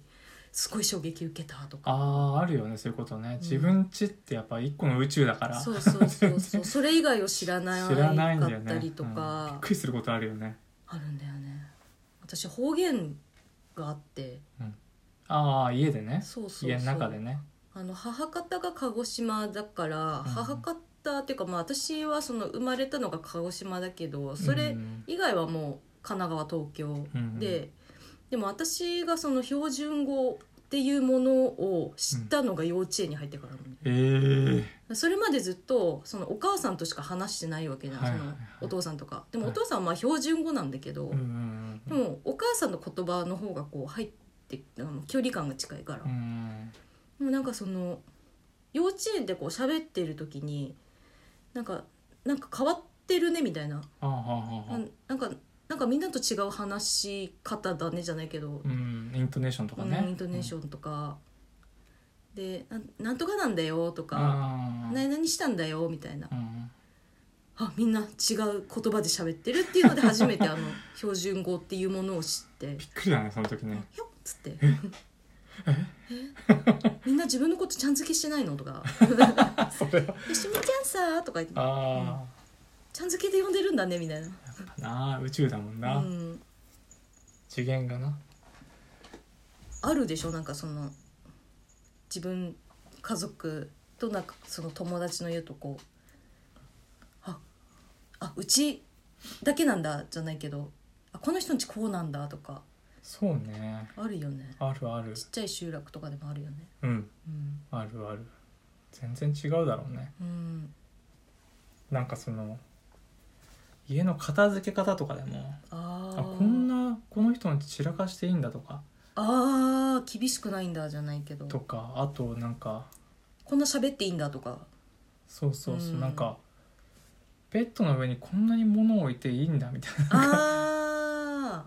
Speaker 2: すごい衝撃受けたとか。
Speaker 1: あああるよねそういうことね自分ちってやっぱ一個の宇宙だから、
Speaker 2: そうそうそう そうそれ以外を知らな
Speaker 1: 知らないん
Speaker 2: か
Speaker 1: だよ
Speaker 2: っ
Speaker 1: ね
Speaker 2: たりと
Speaker 1: うんび
Speaker 2: か
Speaker 1: っ、くりすることあるよね
Speaker 2: あるんだよね私方言があって
Speaker 1: ああ家でね
Speaker 2: そうそうそう
Speaker 1: 家の中でね
Speaker 2: あの母方が鹿児島だから、
Speaker 1: ん
Speaker 2: 母方っていうか、まあ、私はその生まれたのが鹿児島だけどそれ
Speaker 1: うん
Speaker 2: 以外はもう神奈川東京
Speaker 1: うん
Speaker 2: で、でも私がその標準語っていうものを知ったのが幼稚園に入ってからなのね、
Speaker 1: えー、
Speaker 2: それまでずっとそのお母さんとしか話してないわけじゃん、
Speaker 1: はいはいはい
Speaker 2: そのお父さんとかでも
Speaker 1: は
Speaker 2: お
Speaker 1: い
Speaker 2: 父さんはまあ標準語なんだけど、
Speaker 1: うんうん
Speaker 2: でもお母さんの言葉の方がこう入ってあの距離感が近いから、
Speaker 1: うんうん
Speaker 2: でもなんかその幼稚園でこう喋ってる時になんかなんか変わってるねみたいな、
Speaker 1: あーはあはあはあ
Speaker 2: なんなんかなんかみんなと違う話し方だねじゃないけど、
Speaker 1: うんイントネーションとかね、
Speaker 2: うんイントネーシ
Speaker 1: ョン
Speaker 2: ョンとか、でなんなんとかなんだよとか、
Speaker 1: あー
Speaker 2: 何々したんだよみたいな、
Speaker 1: うん
Speaker 2: あみんな違う言葉で喋ってるっていうので初め てあの標準語っていうものを知って
Speaker 1: びっくりだねその時
Speaker 2: 「
Speaker 1: ね
Speaker 2: ひょっ」つってえ「みんな自分のことちゃん付けしてないの?」と か
Speaker 1: あそれは
Speaker 2: 「よしみちゃんさ」とか言って
Speaker 1: あ
Speaker 2: 「ちゃん付けで呼んでるんだね」みたいな。
Speaker 1: ー、なあ宇宙だもんな、
Speaker 2: うん、
Speaker 1: 次元がな
Speaker 2: あるでしょなんかその自分家族となんかその友達の家とこうああうちだけなんだじゃないけどあこの人んちこうなんだとか
Speaker 1: そうね
Speaker 2: あるよね
Speaker 1: あるある
Speaker 2: ちっちゃい集落とかでもあるよね
Speaker 1: うん
Speaker 2: うん、
Speaker 1: あるある全然違うだろうね
Speaker 2: うん、
Speaker 1: なんかその家の片付け方とかでも
Speaker 2: あ
Speaker 1: あ
Speaker 2: あ
Speaker 1: こんなこの人の家散らかしていいんだとか
Speaker 2: あー厳しくないんだじゃないけど
Speaker 1: とかあとなんか
Speaker 2: こんな喋っていいんだ とか
Speaker 1: そうそうそう、
Speaker 2: うん
Speaker 1: なんかベッドの上にこんなに物を置いていいんだみたいな
Speaker 2: あ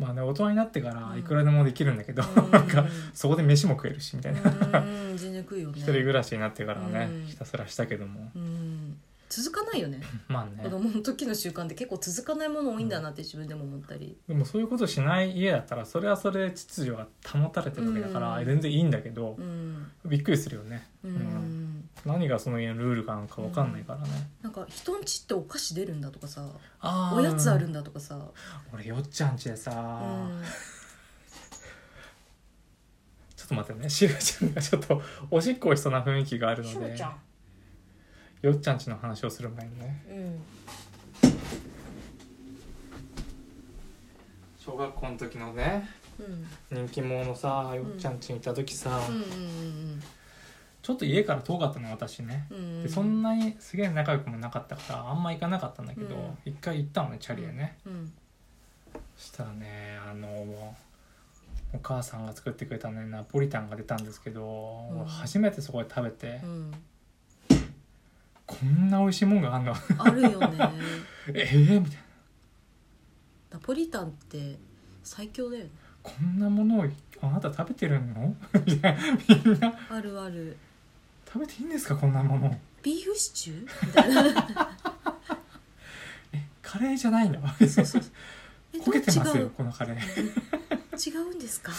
Speaker 1: まあね大人になってか
Speaker 2: う
Speaker 1: ら
Speaker 2: ん
Speaker 1: いくらでもできるんだけど、
Speaker 2: うん
Speaker 1: なんかそこで飯も食えるしみたいな、
Speaker 2: あ うん全然食うよね
Speaker 1: 一人暮らしになってからはね、
Speaker 2: うん
Speaker 1: ひたすらしたけども
Speaker 2: うん続かないよね
Speaker 1: まあ
Speaker 2: 子
Speaker 1: ね
Speaker 2: 供の時の習慣って結構続かないもの多いんだなって自分でも思ったり、
Speaker 1: でもそういうことしない家だったらそれはそれで秩序が保たれてるわけだから、
Speaker 2: うん
Speaker 1: 全然いいんだけど
Speaker 2: う、ん
Speaker 1: びっくりするよね
Speaker 2: うん
Speaker 1: ん何がその家のルールかなんか分かんないからね、
Speaker 2: なんか人んちってお菓子出るんだとかさ
Speaker 1: あー
Speaker 2: おやつあるんだとかさ、
Speaker 1: 俺よっちゃん家でさ、
Speaker 2: うん、
Speaker 1: ちょっと待ってねしろちゃんがちょっとおしっこをしそうな雰囲気があるのでよっちゃんちの話をする前にね
Speaker 2: うん
Speaker 1: 小学校の時のね
Speaker 2: うん
Speaker 1: 人気者のさよっちゃんちにいた時さ、
Speaker 2: うんうん
Speaker 1: ちょっと家から遠かったね私ね、
Speaker 2: うんうん
Speaker 1: でそんなにすげえ仲良くもなかったからあんま行かなかったんだけど、
Speaker 2: うん
Speaker 1: 一回行ったのねチャリでね、
Speaker 2: うん
Speaker 1: そしたらねあのお母さんが作ってくれたねナポリタンが出たんですけど、
Speaker 2: ん
Speaker 1: 俺初めてそこで食べて、
Speaker 2: うん
Speaker 1: こんな美味しいもんがあんの
Speaker 2: あるよね
Speaker 1: えー、みたいな
Speaker 2: ナポリタンって最強だよね
Speaker 1: こんなものをあなた食べてるの
Speaker 2: あるある
Speaker 1: 食べていいんですかこんなもの
Speaker 2: ビーフシチ ューみたいな
Speaker 1: えカレーじゃないの
Speaker 2: え
Speaker 1: 焦げてます
Speaker 2: ど
Speaker 1: よ
Speaker 2: う
Speaker 1: このカレー
Speaker 2: 違う違うんですか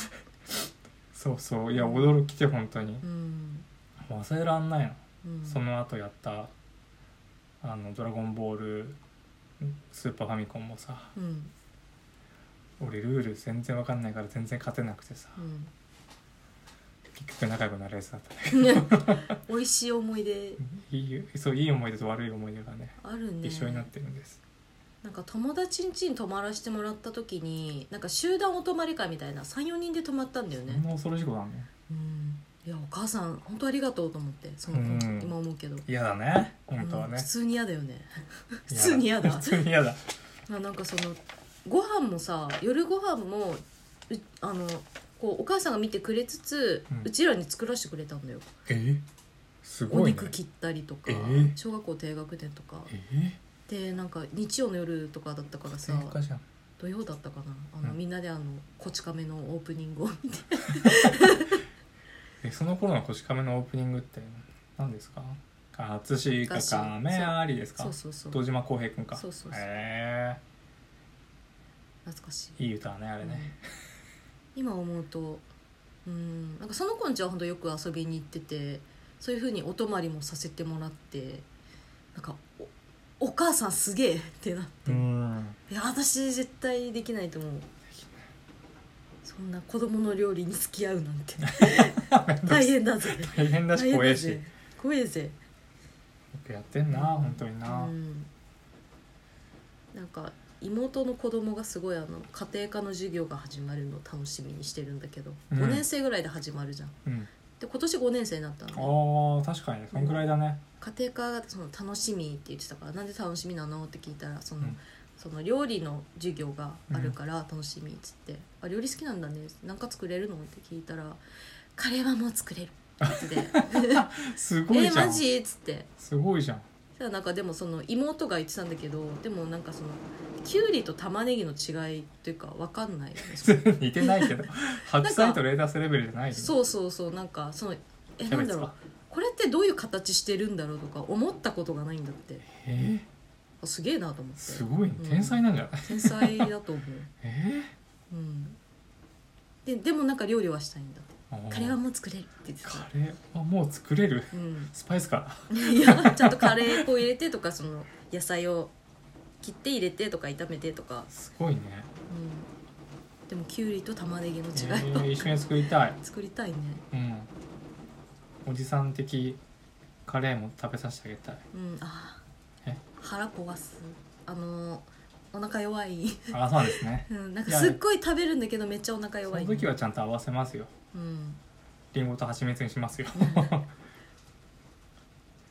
Speaker 1: そうそういや驚きて本当に
Speaker 2: うん
Speaker 1: もう忘れらんないの
Speaker 2: うん
Speaker 1: その後やった「あのドラゴンボール」スーパーファミコンもさ
Speaker 2: うん
Speaker 1: 俺ルール全然わかんないから全然勝てなくてさ
Speaker 2: うん
Speaker 1: 結局仲良くなるやつだったね
Speaker 2: 美味しい思い出
Speaker 1: いいそういい思い出と悪い思い出がね
Speaker 2: あるね
Speaker 1: 一緒になってるんです、
Speaker 2: なんか友達ん家に泊まらせてもらった時になんか集団お泊まり会みたいな34人で泊まったんだよ
Speaker 1: そん
Speaker 2: ね
Speaker 1: な恐ろしいことなの
Speaker 2: うんいやお母さん本当ありがとうと思ってその、
Speaker 1: うん
Speaker 2: 今思うけど
Speaker 1: 嫌だね本当は
Speaker 2: うん
Speaker 1: ね
Speaker 2: 普通に嫌だよね 普通に嫌 だ
Speaker 1: 普通に嫌だ
Speaker 2: あなんかそのご飯もさ夜ご飯もうあのこうお母さんが見てくれつつ、
Speaker 1: う
Speaker 2: うんちらに作らせてくれたんだよ、
Speaker 1: えすご
Speaker 2: お
Speaker 1: いね
Speaker 2: 肉切ったりとか、
Speaker 1: えー
Speaker 2: 小学校低学年とか
Speaker 1: え
Speaker 2: でなんか日曜の夜とかだったからさ
Speaker 1: 喧嘩じゃん
Speaker 2: 土曜だったかなあの、
Speaker 1: うん
Speaker 2: みんなであの「こち亀」のオープニングを見て
Speaker 1: えその頃の「こち亀」のオープニングって何ですかあしかかめありですか
Speaker 2: そうそうそう
Speaker 1: 堂島康平君か
Speaker 2: そうそうそう
Speaker 1: へ
Speaker 2: 懐かしい
Speaker 1: えいい歌だねあれね、
Speaker 2: 今思うとうんなんかその子んちは本当よく遊びに行っててそういうふうにお泊まりもさせてもらってなんかおお母さんすげえってなって、
Speaker 1: うん
Speaker 2: いや私絶対できないと思うそんな子供の料理に付き合うなん て大変だぜ
Speaker 1: 大変だ
Speaker 2: 大
Speaker 1: し
Speaker 2: 変
Speaker 1: 怖
Speaker 2: だ
Speaker 1: えしよ
Speaker 2: ぜ怖えぜ
Speaker 1: くやってんな本当に
Speaker 2: う
Speaker 1: な、
Speaker 2: んなんか妹の子供がすごいあの家庭科の授業が始まるのを楽しみにしてるんだけど、
Speaker 1: うん
Speaker 2: 5年生ぐらいで始まるじゃん
Speaker 1: うん
Speaker 2: で今年5年生になったのね、
Speaker 1: ああ確かにそんぐらいだね、
Speaker 2: 家庭科がその楽しみって言ってたからなんで楽しみなのって聞いたらその,、
Speaker 1: うん
Speaker 2: その料理の授業があるから楽しみっつって「あ料理好きなんだね何か作れるの?」って聞いたら「カレーはもう作れる」って 言って
Speaker 1: す
Speaker 2: て
Speaker 1: ご
Speaker 2: 「え
Speaker 1: い
Speaker 2: ー、
Speaker 1: じゃん、
Speaker 2: マジ?」っつって
Speaker 1: すごいじゃん
Speaker 2: そしたらなんかでもその妹が言ってたんだけどでもなんかそのきゅうりと玉ねぎの違いというか分かんないよね
Speaker 1: 似てないけ ど白菜とレーダスレベルじゃないよね
Speaker 2: そうそうそうなんかそのえ
Speaker 1: キャ
Speaker 2: な
Speaker 1: ベ
Speaker 2: んだ
Speaker 1: ツ
Speaker 2: ろ
Speaker 1: か
Speaker 2: うこれってどういう形してるんだろうとか思ったことがないんだって
Speaker 1: えー、
Speaker 2: あすげえなと思って
Speaker 1: すごいね
Speaker 2: うん
Speaker 1: 天才なんじゃない、
Speaker 2: 天才だと思う、
Speaker 1: え
Speaker 2: うん、ででもなんか料理はしたいんだって
Speaker 1: ー、
Speaker 2: カレーはもう作れるって言って
Speaker 1: カ
Speaker 2: た、
Speaker 1: レーはもう作れる
Speaker 2: うん、
Speaker 1: スパイスか
Speaker 2: いやちゃんとカレー粉入れてとかその野菜を切って入れてとか炒めてとか、
Speaker 1: すごいね、
Speaker 2: うん、でもきゅうりと玉ねぎの
Speaker 1: え
Speaker 2: 違いは、
Speaker 1: ー、一緒に作りたい
Speaker 2: 作りたいね
Speaker 1: うんおじさん的カレーも食べさせてあげたい
Speaker 2: うんあー
Speaker 1: え
Speaker 2: 腹壊すあのーお腹弱い、
Speaker 1: あそうなんですね
Speaker 2: うん、なんかすっごい食べるんだけどめっちゃお腹
Speaker 1: そ
Speaker 2: 弱い
Speaker 1: の時はちゃんと合わせますよ
Speaker 2: うん
Speaker 1: りんごと蜂蜜にしますよ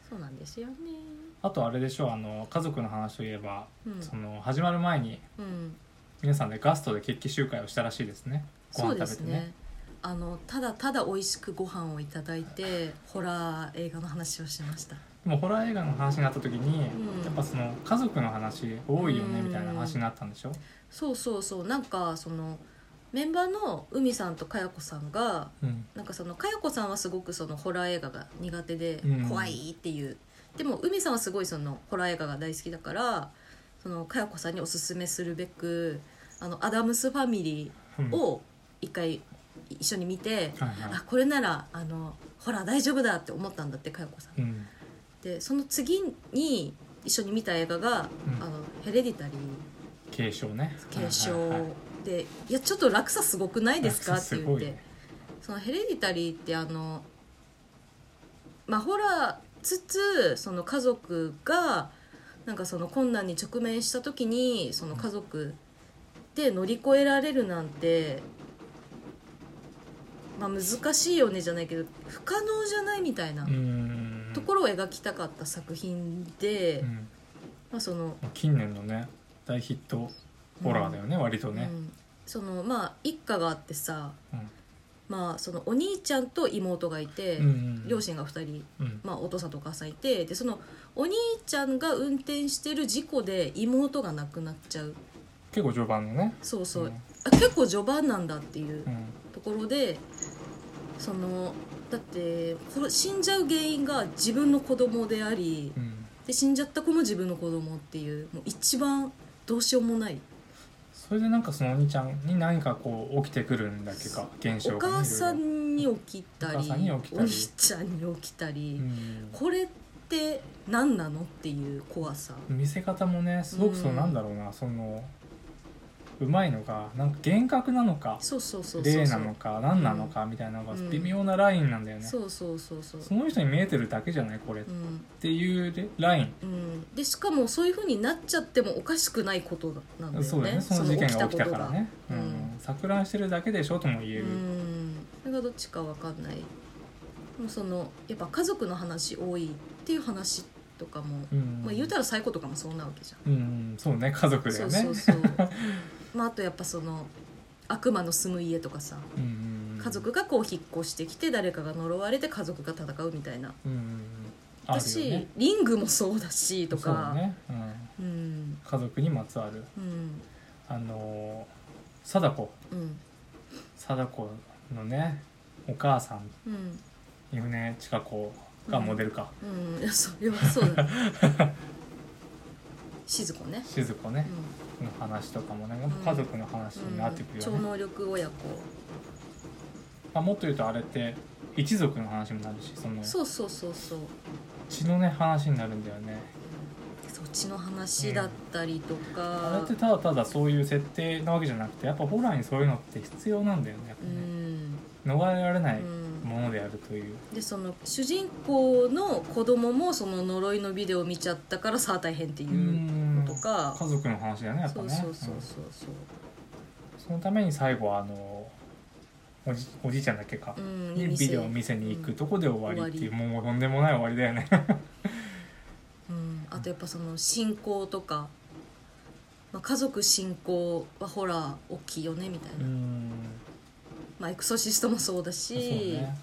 Speaker 2: そうなんですよね
Speaker 1: あとあれでしょうあの家族の話といえば、
Speaker 2: うん
Speaker 1: その始まる前に
Speaker 2: うん
Speaker 1: 皆さんでガストで決起集会をしたらしいですねご
Speaker 2: そう
Speaker 1: 飯
Speaker 2: で
Speaker 1: 食
Speaker 2: す
Speaker 1: べてね
Speaker 2: ねあのただただ美味しくご飯をいただいてホラー映画の話をしました
Speaker 1: でもホラー映画の話になった時に、
Speaker 2: うん
Speaker 1: やっぱその家族の話多いよね
Speaker 2: うん
Speaker 1: みたいな話になったんでしょ、
Speaker 2: そうそうそうなんかそのメンバーの海さんとかや子さんが
Speaker 1: うん
Speaker 2: なんかそのかや子さんはすごくそのホラー映画が苦手で
Speaker 1: うん
Speaker 2: 怖いっていう、でも海さんはすごいそのホラー映画が大好きだからそのかや子さんにおすすめするべくあのアダムスファミリ
Speaker 1: うん
Speaker 2: ーを一回一緒に見て、
Speaker 1: はいはい
Speaker 2: あこれならあのホラー大丈夫だって思ったんだってかや子さん
Speaker 1: うん
Speaker 2: でその次に一緒に見た映画が「
Speaker 1: うん
Speaker 2: あのヘレディタリー
Speaker 1: 継承ね」
Speaker 2: 継承
Speaker 1: はいはいはい
Speaker 2: で「いやちょっと落差すごくないですか?」
Speaker 1: 落
Speaker 2: っ
Speaker 1: 差す
Speaker 2: て言っ
Speaker 1: ごい
Speaker 2: て、
Speaker 1: ね
Speaker 2: そのヘレディタリーってあのまあホラーつつその家族がなんかその困難に直面した時にその家族で乗り越えられるなんてまあ、難しいよねじゃないけど不可能じゃないみたいな
Speaker 1: うん
Speaker 2: ところを描きたかった作品で、
Speaker 1: うん
Speaker 2: まあその
Speaker 1: まあ近年のね大ヒットホラーだよね、割とね
Speaker 2: う、ん、そのまあ一家があってさ、
Speaker 1: うん
Speaker 2: まあ、そのお兄ちゃんと妹がいて、
Speaker 1: うんうん
Speaker 2: 両親が2人、
Speaker 1: うん
Speaker 2: まあ、お父さんとお母さんいてでそのお兄ちゃんが運転してる事故で妹が亡くなっちゃう
Speaker 1: 結構序盤のね、
Speaker 2: そうそう、
Speaker 1: うん
Speaker 2: あ結構序盤なんだっていう
Speaker 1: うん
Speaker 2: ところでそのだってこれ死んじゃう原因が自分の子供であり
Speaker 1: うん、
Speaker 2: で死んじゃった子も自分の子供っていうもう一番どうしようもない
Speaker 1: それでなんかそのお兄ちゃんに何かこう起きてくるんだっけか現象
Speaker 2: お
Speaker 1: が、ね、
Speaker 2: 母さ
Speaker 1: い
Speaker 2: んに起きたり
Speaker 1: お母さんに起きたり
Speaker 2: お兄ちゃんに起きたり、
Speaker 1: ろいろうん
Speaker 2: これって何なのっていう怖さ
Speaker 1: 見せ方もねすごくそうの
Speaker 2: ん
Speaker 1: なんだろうな、そのうまいのがなんか幻覚なのか
Speaker 2: そうそうそうそう
Speaker 1: 例
Speaker 2: そ
Speaker 1: な
Speaker 2: う
Speaker 1: のか何なのかみたいなのが
Speaker 2: うん
Speaker 1: 微妙なラインなんだよね、
Speaker 2: そうそうそうそう
Speaker 1: その人に見えてるだけじゃないこれっ
Speaker 2: うん
Speaker 1: ていうでライン
Speaker 2: うん、でしかもそういうふうになっちゃってもおかしくないことなんだよね
Speaker 1: そうだよねその事件が起きた
Speaker 2: こ
Speaker 1: か
Speaker 2: と
Speaker 1: らねう
Speaker 2: うんん
Speaker 1: 錯乱してるだけでしょとも言え
Speaker 2: う
Speaker 1: る、
Speaker 2: んそれがどっちかわかんないでもそのやっぱ家族の話多いっていう話とかも、
Speaker 1: うん
Speaker 2: まあ、言うたら最コとかもそうなわけじゃん
Speaker 1: うんそうね家族だ
Speaker 2: そ
Speaker 1: よ
Speaker 2: う
Speaker 1: ね
Speaker 2: そうそう まああとやっぱその悪魔の住む家とかさ
Speaker 1: うん
Speaker 2: 家族がこう引っ越してきて誰かが呪われて家族が戦うみたいな
Speaker 1: うんあ
Speaker 2: だ
Speaker 1: る
Speaker 2: し、
Speaker 1: よね
Speaker 2: リングもそうだしと
Speaker 1: そうだ
Speaker 2: か
Speaker 1: ね、うん、
Speaker 2: うん
Speaker 1: 家族にまつわる
Speaker 2: うん
Speaker 1: あのー貞子
Speaker 2: うん
Speaker 1: 貞子のねお母さん
Speaker 2: うん
Speaker 1: 湯船千佳子がモデルか、
Speaker 2: うんいやそれはそうだ静子ね、
Speaker 1: 静子ね
Speaker 2: う、ん
Speaker 1: の話とかもね家族の話になってくるよ
Speaker 2: 超
Speaker 1: ね、
Speaker 2: 能力親子
Speaker 1: あもっと言うとあれって一族の話になるしその
Speaker 2: そうそうそうそう
Speaker 1: 血のね話になるんだよね
Speaker 2: そっちの話だったりと
Speaker 1: あれ
Speaker 2: か
Speaker 1: ってただただそういう設定なわけじゃなくてやっぱホラーにそういうのって必要なんだよねやっぱ
Speaker 2: う
Speaker 1: ね、
Speaker 2: ん、
Speaker 1: 逃れられな
Speaker 2: う
Speaker 1: い
Speaker 2: ん、
Speaker 1: ものであるという、
Speaker 2: でその主人公の子供もその呪いのビデオを見ちゃったからさあ大変っていう
Speaker 1: うん
Speaker 2: とか、
Speaker 1: 家族の話だよねやっぱ
Speaker 2: そ
Speaker 1: ね
Speaker 2: うそうそう
Speaker 1: うん
Speaker 2: そうそ
Speaker 1: そのために最後はあのおじおじいちゃんだっけか
Speaker 2: う、う、ん、
Speaker 1: にビ
Speaker 2: 店
Speaker 1: デオを見せに行くとこで終わりっていう、
Speaker 2: う
Speaker 1: もうとんでもない終わりだよね
Speaker 2: うん、あとやっぱその信仰とか、まあ、家族信仰はホラー大きいよねみたいな、
Speaker 1: うん
Speaker 2: まあ、エクソシストもそうだ
Speaker 1: そう
Speaker 2: し
Speaker 1: ね、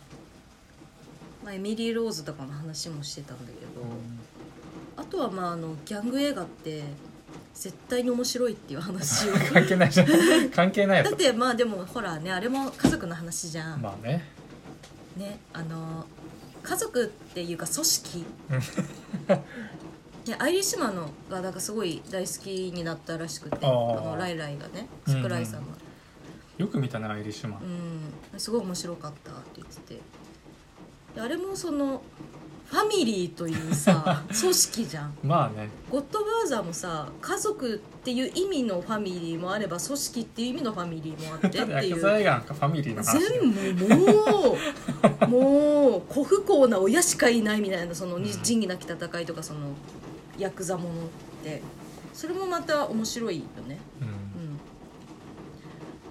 Speaker 2: まあ、エミリー・ローズとかの話もしてたんだけど、
Speaker 1: うん
Speaker 2: あとはまああのギャング映画って絶対に面白いっていう 話を
Speaker 1: 関係ないじゃ ん関係ないや
Speaker 2: だっ
Speaker 1: つ
Speaker 2: てまあでもほらねあれも家族の話じゃん、
Speaker 1: まあね
Speaker 2: ねあの家族っていうか組織
Speaker 1: うん
Speaker 2: ね、アイリッシュマンのがなんかすごい大好きになったらしくて
Speaker 1: あ
Speaker 2: あ
Speaker 1: ー
Speaker 2: のライライがね
Speaker 1: うんうん
Speaker 2: 桜井さんが、
Speaker 1: よく見たなアイリッシュマン、
Speaker 2: うん、すごい面白かったって言っててであれもそのファミリーと いうさ組織じゃん
Speaker 1: まあね
Speaker 2: ゴッドファーザーもさ家族っていう意味のファミリーもあれば組織っていう意味のファミリーもあってって
Speaker 1: ただ
Speaker 2: い
Speaker 1: 薬
Speaker 2: う
Speaker 1: 剤がなんかファミリーの話だよ
Speaker 2: 全部もうもう古不幸な親しかいないみたいなその
Speaker 1: ん
Speaker 2: 仁義なき戦いとかそのヤクザものってそれもまた面白いよね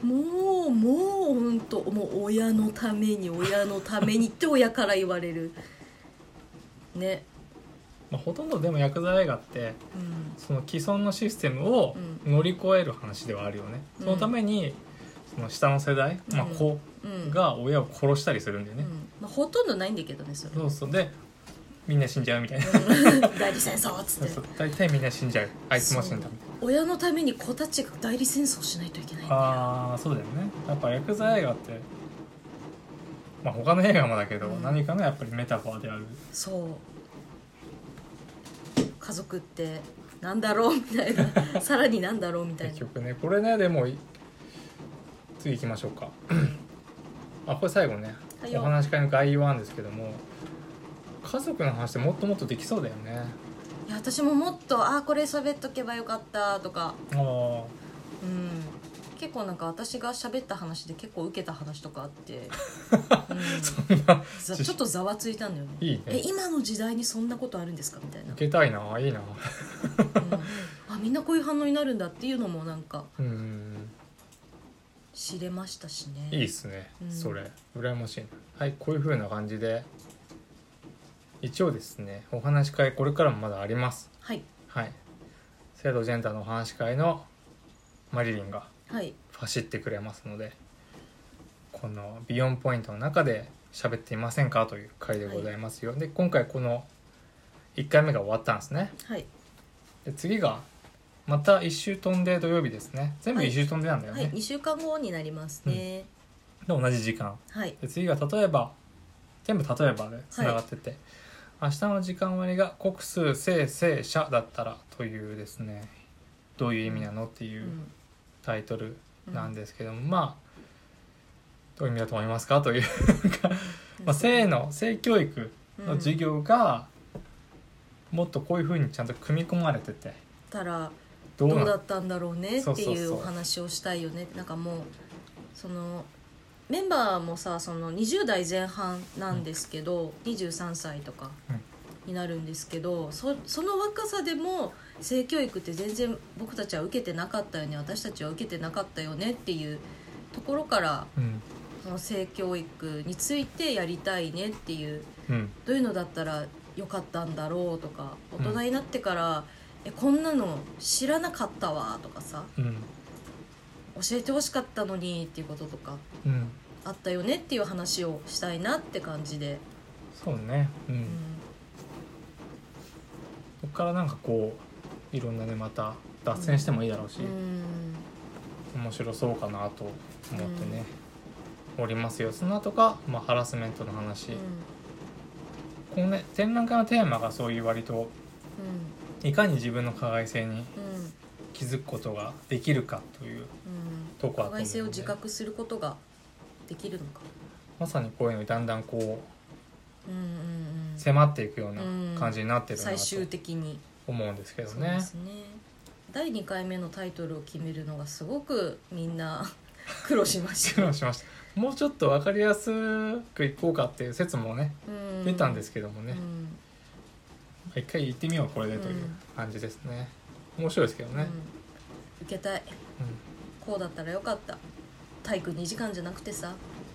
Speaker 1: うん
Speaker 2: うんもうもう本当もう親のために親のためにって親から言われるね
Speaker 1: まあ、ほとんどでも薬剤映画って
Speaker 2: うん
Speaker 1: その既存のシステムを乗り越える話ではあるよね、
Speaker 2: うん
Speaker 1: そのためにその下の世代、まあ、
Speaker 2: うん
Speaker 1: 子
Speaker 2: うん
Speaker 1: が親を殺したりするんだよ
Speaker 2: う
Speaker 1: ね、
Speaker 2: んまあ、ほとんどないんだけどねそれ
Speaker 1: そうそうでみんな死んじゃうみたいな
Speaker 2: 代理戦争っつ
Speaker 1: そう
Speaker 2: って
Speaker 1: そう大体みんな死んじゃうあいつも死んだみたい
Speaker 2: 親のために子たちが代理戦争しないといけないんだ
Speaker 1: な
Speaker 2: よ
Speaker 1: ああそうだよねやっぱ薬剤映画ってまあ他の映画もだけど、
Speaker 2: うん
Speaker 1: 何かのやっぱりメタファーである
Speaker 2: そう家族ってなんだろうみたいなさらになんだろうみたい
Speaker 1: 結
Speaker 2: な
Speaker 1: 局ねこれねでもい次行きましょうかあこれ最後ね
Speaker 2: はい
Speaker 1: お
Speaker 2: よ
Speaker 1: 話し会の概要なんですけども家族の話ってもっともっとできそうだよね
Speaker 2: いや私ももっとああこれ喋っとけばよかったとか
Speaker 1: ああ
Speaker 2: うん結構なんか私が喋った話で結構受けた話とかあって、 うんざちょっとざわついたんだよね
Speaker 1: いい
Speaker 2: え
Speaker 1: ね
Speaker 2: 今の時代にそんなことあるんですかみたいな
Speaker 1: 受けたいないいな
Speaker 2: うんあみんなこういう反応になるんだっていうのもなんか
Speaker 1: うん
Speaker 2: 知れましたしね
Speaker 1: いいっすね、
Speaker 2: うん
Speaker 1: それ羨ましいなはいこういう風な感じで一応ですねお話し会これからもまだあります
Speaker 2: はい
Speaker 1: はい制度ジェンダーのお話し会のマリリンが
Speaker 2: はい
Speaker 1: 走ってくれますのでこの「ビヨンポイント」の中で喋っていませんかという回でございますよ、で今回この1回目が終わったんですね
Speaker 2: はい
Speaker 1: で次がまた1周飛んで土曜日ですね全部1周飛んでなんだよ
Speaker 2: は
Speaker 1: ね、
Speaker 2: い2週間後になりますね、
Speaker 1: で同じ時間
Speaker 2: はい
Speaker 1: で次が例えば全部例えばでつながってて、明日の時間割が国数生成者だったらというですねどういう意味なのっていううんタイトル
Speaker 2: う
Speaker 1: なんですけども、まあどういう意味だと思いますかというまあ性の性教育の授業がもっとこういうふうにちゃんと組み込まれてて
Speaker 2: たら
Speaker 1: どう
Speaker 2: どう
Speaker 1: な
Speaker 2: だ
Speaker 1: ん
Speaker 2: ったんだろうね
Speaker 1: そ
Speaker 2: っ
Speaker 1: う
Speaker 2: て
Speaker 1: そうそう
Speaker 2: いうお話をしたいよねなんかもうそのメンバーもさその20代前半なんですけど、23歳とか
Speaker 1: うん
Speaker 2: になるんですけどそその若さでも性教育って全然僕たちは受けてなかったよね私たちは受けてなかったよねっていうところから
Speaker 1: うん
Speaker 2: その性教育についてやりたいねっていう
Speaker 1: うん
Speaker 2: どういうのだったら良かったんだろうとか
Speaker 1: うん
Speaker 2: 大人になってから、えこんなの知らなかったわとかさ
Speaker 1: うん
Speaker 2: 教えてほしかったのにっていうこととか
Speaker 1: うん
Speaker 2: あったよねっていう話をしたいなって感じで、
Speaker 1: そうねうん、
Speaker 2: うん
Speaker 1: そこからなんかこういろんなねまた脱線してもいいだろうし、
Speaker 2: うん
Speaker 1: 面白そうかなと思ってね、おりますよその後が、まあ、ハラスメントの話、このね展覧会のテーマがそういう割と
Speaker 2: う
Speaker 1: いかに自分の加害性に
Speaker 2: んうんうん
Speaker 1: 気づくことができるかというとこ
Speaker 2: 加
Speaker 1: だと思う
Speaker 2: 害
Speaker 1: んで
Speaker 2: 性を自覚することができるのか。
Speaker 1: まさにこういうのにだんだんこ
Speaker 2: うんうん
Speaker 1: う
Speaker 2: うん
Speaker 1: 迫っていくような感じになってるな
Speaker 2: 最
Speaker 1: と
Speaker 2: 終的に
Speaker 1: 思うんですけど
Speaker 2: そう
Speaker 1: ね
Speaker 2: ですね第2回目のタイトルを決めるのがすごくみんな苦労しまし
Speaker 1: 苦
Speaker 2: た
Speaker 1: 労しましたもうちょっと分かりやすくいこうかっていう説もね出たんですすけどもね、
Speaker 2: うん
Speaker 1: 一回行ってみようこれでという
Speaker 2: うん
Speaker 1: 感じですね面白いですけど
Speaker 2: うん
Speaker 1: ね、
Speaker 2: 受けたい
Speaker 1: うん
Speaker 2: こうだったらよかった体育2時間じゃなくてさ、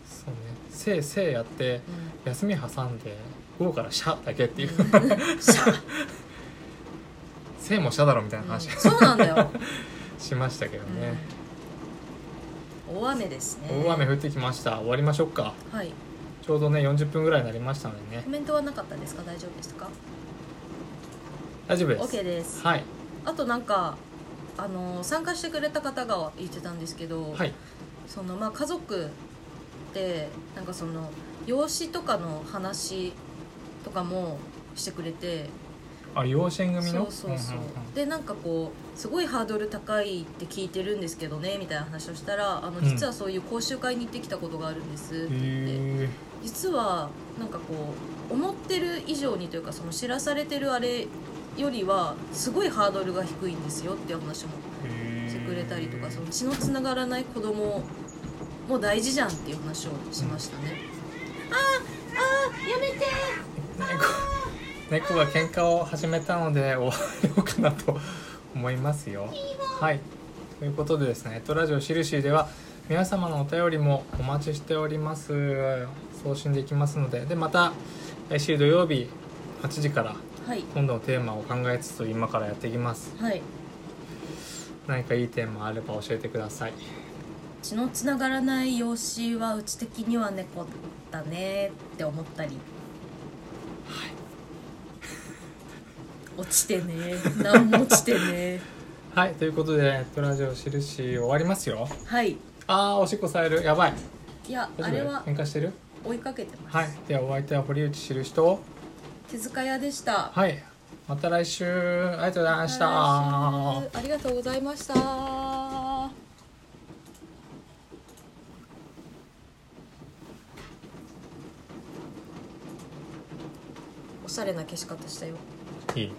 Speaker 1: そうねせいせいやって
Speaker 2: うん
Speaker 1: 休み挟んで午後から「シャ」だけっていう
Speaker 2: シャッ
Speaker 1: 「 せいも「シャ」だろみたいな話、
Speaker 2: うんそうなんだよ、
Speaker 1: しましたけど ね、
Speaker 2: うん大雨ですね
Speaker 1: 大雨降ってきました終わりましょうか
Speaker 2: はい
Speaker 1: ちょうどね40分ぐらいになりましたのでね
Speaker 2: コメントはなかったですか大丈夫でしたか
Speaker 1: 大丈夫です、
Speaker 2: OK です
Speaker 1: はい
Speaker 2: あとなんかあの参加してくれた方が言ってたんですけど、
Speaker 1: はい
Speaker 2: そのまあ家族でなんかその養子とかの話とかもしてくれて
Speaker 1: あ養子縁組
Speaker 2: そ
Speaker 1: の
Speaker 2: うそうそう、
Speaker 1: んんん
Speaker 2: でなんかこうすごいハードル高いって聞いてるんですけどねみたいな話をしたらあの
Speaker 1: うん
Speaker 2: 実はそういう講習会に行ってきたことがあるんですって言っ
Speaker 1: へ
Speaker 2: て、
Speaker 1: え
Speaker 2: 実はなんかこう思ってる以上にというかその知らされてるあれよりはすごいハードルが低いんですよっていう話もしてくれたりとかその血のつながらない子供も大事じゃんっていう話をしましたね、あーあーやめて
Speaker 1: 猫猫が喧嘩を始めたので終わろうかなと思いますよ。はいということでですね「エトラジオしるし」では皆様のお便りもお待ちしております送信できますのででまた来週土曜日8時から
Speaker 2: はい
Speaker 1: 今度のテーマを考えつつ今からやっていきます
Speaker 2: はい
Speaker 1: 何かいいテーマあれば教えてください
Speaker 2: 血のつながらない養子はうち的には猫だねって思ったり 落ちてね何も落ちてね
Speaker 1: はいということで「エトラジオしるし」終わりますよ
Speaker 2: はい
Speaker 1: あーおしっこされるやばい
Speaker 2: いや
Speaker 1: 大
Speaker 2: あ
Speaker 1: 丈
Speaker 2: れ
Speaker 1: 夫
Speaker 2: は
Speaker 1: 喧嘩してる
Speaker 2: 追いかけてます、
Speaker 1: はいではお相手は堀内しるしと
Speaker 2: 手塚屋でした
Speaker 1: はい。また来週、ありがとうございました。
Speaker 2: また来週ありがとうございましたおしゃれな消し方したよ
Speaker 1: いい。